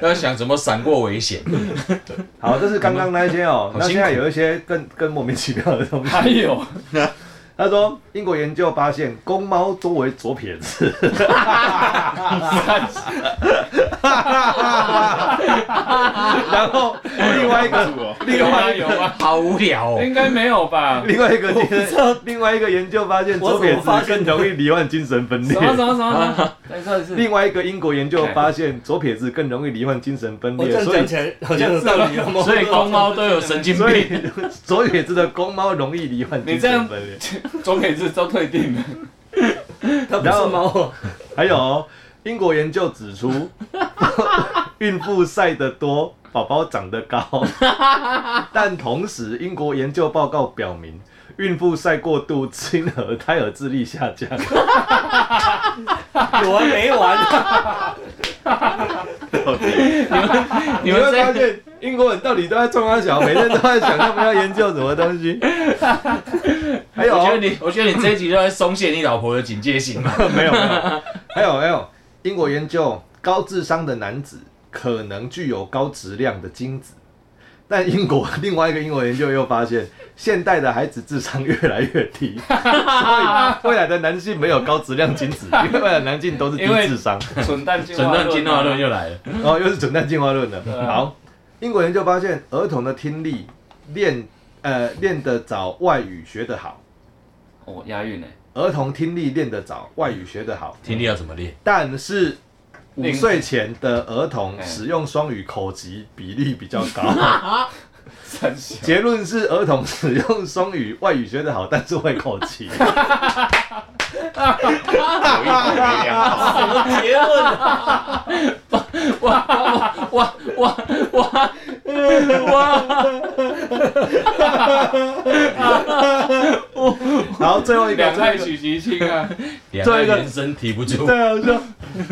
Speaker 3: 要想怎么闪过危险，
Speaker 2: 好，这是刚刚那一些哦，
Speaker 3: 好
Speaker 2: 那
Speaker 3: 辛苦
Speaker 2: 现在有一些更更莫名其妙的东西。
Speaker 4: 还有，
Speaker 2: 他说，英国研究发现，公猫多为左撇子，然后另外一个
Speaker 6: 住哦
Speaker 2: 另外一
Speaker 4: 有
Speaker 2: 个
Speaker 4: 吗？
Speaker 3: 好无聊 哦。
Speaker 4: 应该没有 吧？
Speaker 2: 另外一个另外一个研究发现，
Speaker 5: 我
Speaker 2: 左
Speaker 5: 怎么
Speaker 2: 撇子
Speaker 5: 发现
Speaker 2: 更容易罹患精神分裂
Speaker 4: 什。么什么什么？ 再说一次，
Speaker 2: 另外一个英国研究发现，左撇子更容易罹患精神分
Speaker 5: 我这
Speaker 2: 裂，
Speaker 5: 样
Speaker 2: 所以
Speaker 5: 讲起来好像有道理哦。
Speaker 3: 所以公猫都有神经
Speaker 2: 所以
Speaker 3: 病，
Speaker 2: 左撇子的公猫容易罹患精
Speaker 4: 你这
Speaker 2: 神
Speaker 4: 样
Speaker 2: 分裂。
Speaker 4: 中美日都退订 了，
Speaker 5: 它不是猫哦，
Speaker 2: 还有哦、英国研究指出，孕妇晒得多，宝宝长得高。但同时，英国研究报告表明，孕妇晒过度，亲儿胎儿智力下降。
Speaker 5: 有完没完？
Speaker 3: 你
Speaker 2: 你
Speaker 3: 们
Speaker 2: 会
Speaker 3: 这
Speaker 2: 发现，英国人到底都在冲他小，每天都在想他们要研究什么东西。还有
Speaker 3: 我
Speaker 2: 哦、
Speaker 3: 觉得你，我觉得你这一集就在松懈你老婆的警戒 心嘛。
Speaker 2: 没有没有，还有还有，英国研究高智商的男子可能具有高质量的精子，但英国 另外一个英国研究又发现，现代的孩子智商越来越低，所以未来的男性没有高质量精子，因为未来的男性都是低
Speaker 4: 因为
Speaker 2: 智商。
Speaker 4: 蠢蛋进
Speaker 2: 啊
Speaker 3: 诊断进化论又来了，
Speaker 2: 然后又是准蛋进化论的。
Speaker 4: 啊
Speaker 2: 好，英国研究发现，儿童的听力练呃练得早，外语学得好；
Speaker 4: 哦，押韵呢，
Speaker 2: 儿童听力练得早，外语学得好。
Speaker 3: 听力要怎么练？
Speaker 2: 但是五
Speaker 4: 另
Speaker 2: 岁前的儿童
Speaker 4: 哎
Speaker 2: 使用双语口级比例比较高。
Speaker 4: 三小
Speaker 2: 结论是，儿童使用双语外语学得好，但是会口级。
Speaker 6: 有一种力量好
Speaker 5: 结论啊
Speaker 3: 哇哇哇哇哇哇！
Speaker 2: 好，然后最后一个
Speaker 4: 两害取其轻 啊，
Speaker 3: 两
Speaker 2: 这
Speaker 3: 个
Speaker 2: 个
Speaker 3: 人生提不住，
Speaker 2: 对啊，我说，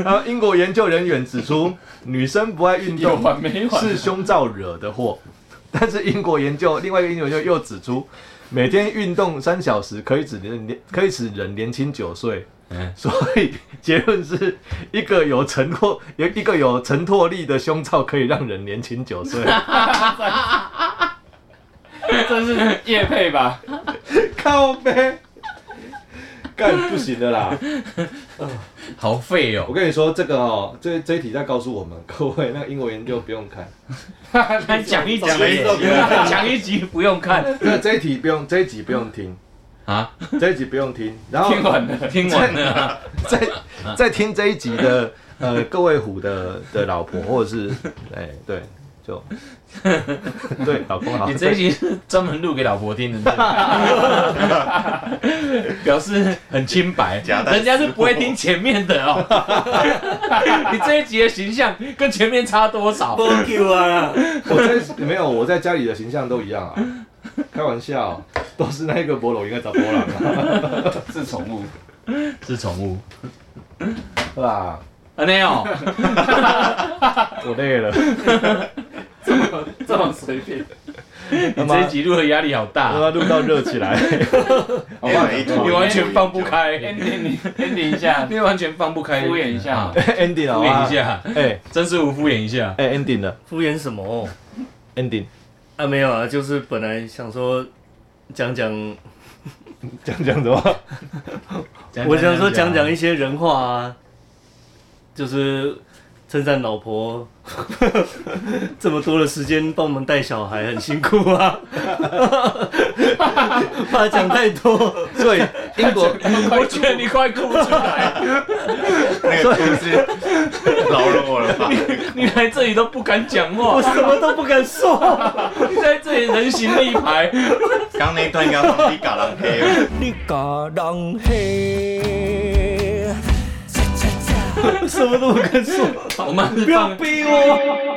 Speaker 2: 然后英国研究人员指出，女生不爱运
Speaker 4: 有
Speaker 2: 动
Speaker 4: 完没完？
Speaker 2: 是胸罩惹的祸。 但是英国研究，另外一个英国研究又指出，每天运动三小时可以使人可以使人年轻九岁。
Speaker 3: 嗯
Speaker 2: 所以结论是一个有承托有一个有承托力的胸罩可以让人年轻九 岁。
Speaker 4: 这是叶配 吧？
Speaker 2: 靠呗，干不行的啦！
Speaker 3: 好废
Speaker 2: 我
Speaker 3: 哦。
Speaker 2: 跟你说这个哦，这这一题在告诉我们各位，那个英国研究不用看。
Speaker 3: 他讲一
Speaker 6: 讲了一周，
Speaker 4: 讲一集不用看，
Speaker 2: 那这一题不用，这一集不用听
Speaker 3: 啊，
Speaker 2: 这一集不用听。然后
Speaker 4: 听完了，
Speaker 3: 听完了啊，
Speaker 2: 在 在听这一集的呃各位虎的的老婆或者是哎对就对老公好
Speaker 3: 你， 这一集是专门录给老婆听的， 表示很清白，
Speaker 6: 夹带私货
Speaker 3: 人家是不会听前面的 哦。你这一集的形象跟前面差多少？
Speaker 5: 不 Q 啊，
Speaker 2: 我在没有我在家里的形象都一样啊，开玩笑都是那个博龙应该找博朗 啊，
Speaker 4: 是宠物，
Speaker 3: 是宠物，
Speaker 2: 是吧？
Speaker 3: 啊那 样哦。
Speaker 2: 我累了，
Speaker 4: 这么随便，
Speaker 3: 你这一集录的压力 好
Speaker 2: 我
Speaker 3: 大，
Speaker 2: 要录到热起来，好不好
Speaker 4: 哎
Speaker 6: 一
Speaker 3: 你完全放不 开，
Speaker 4: ending ending 一下，
Speaker 3: 你完全放不开，
Speaker 4: 敷衍一下
Speaker 3: 啊
Speaker 2: ？ending
Speaker 3: 敷
Speaker 2: 好
Speaker 3: 衍
Speaker 2: 吗
Speaker 3: 一？下，
Speaker 2: 哎
Speaker 3: 真是无敷衍一下。
Speaker 2: 哎 ending 了
Speaker 5: 敷衍什么？
Speaker 2: ending，
Speaker 5: 啊，没有啊，就是本来想说讲讲，
Speaker 2: 讲讲什么？
Speaker 5: 我想说讲讲一些人话啊，就是称赞老婆 这么多的时间帮我们带小孩很辛苦啊， 怕讲太多，
Speaker 2: 所以英国
Speaker 3: 我觉得你快哭出来，
Speaker 6: 那个故事 饶了我了吧？
Speaker 3: 你来这里都不敢讲
Speaker 5: 我
Speaker 3: 话，
Speaker 5: 什么都不敢说。
Speaker 3: 你在这里人形立牌，
Speaker 6: 刚那一段应该放你嘎浪黑了，
Speaker 5: 你嘎人 嘿，什么都不敢说，
Speaker 3: 我们
Speaker 5: 不要
Speaker 3: 放
Speaker 5: 逼我。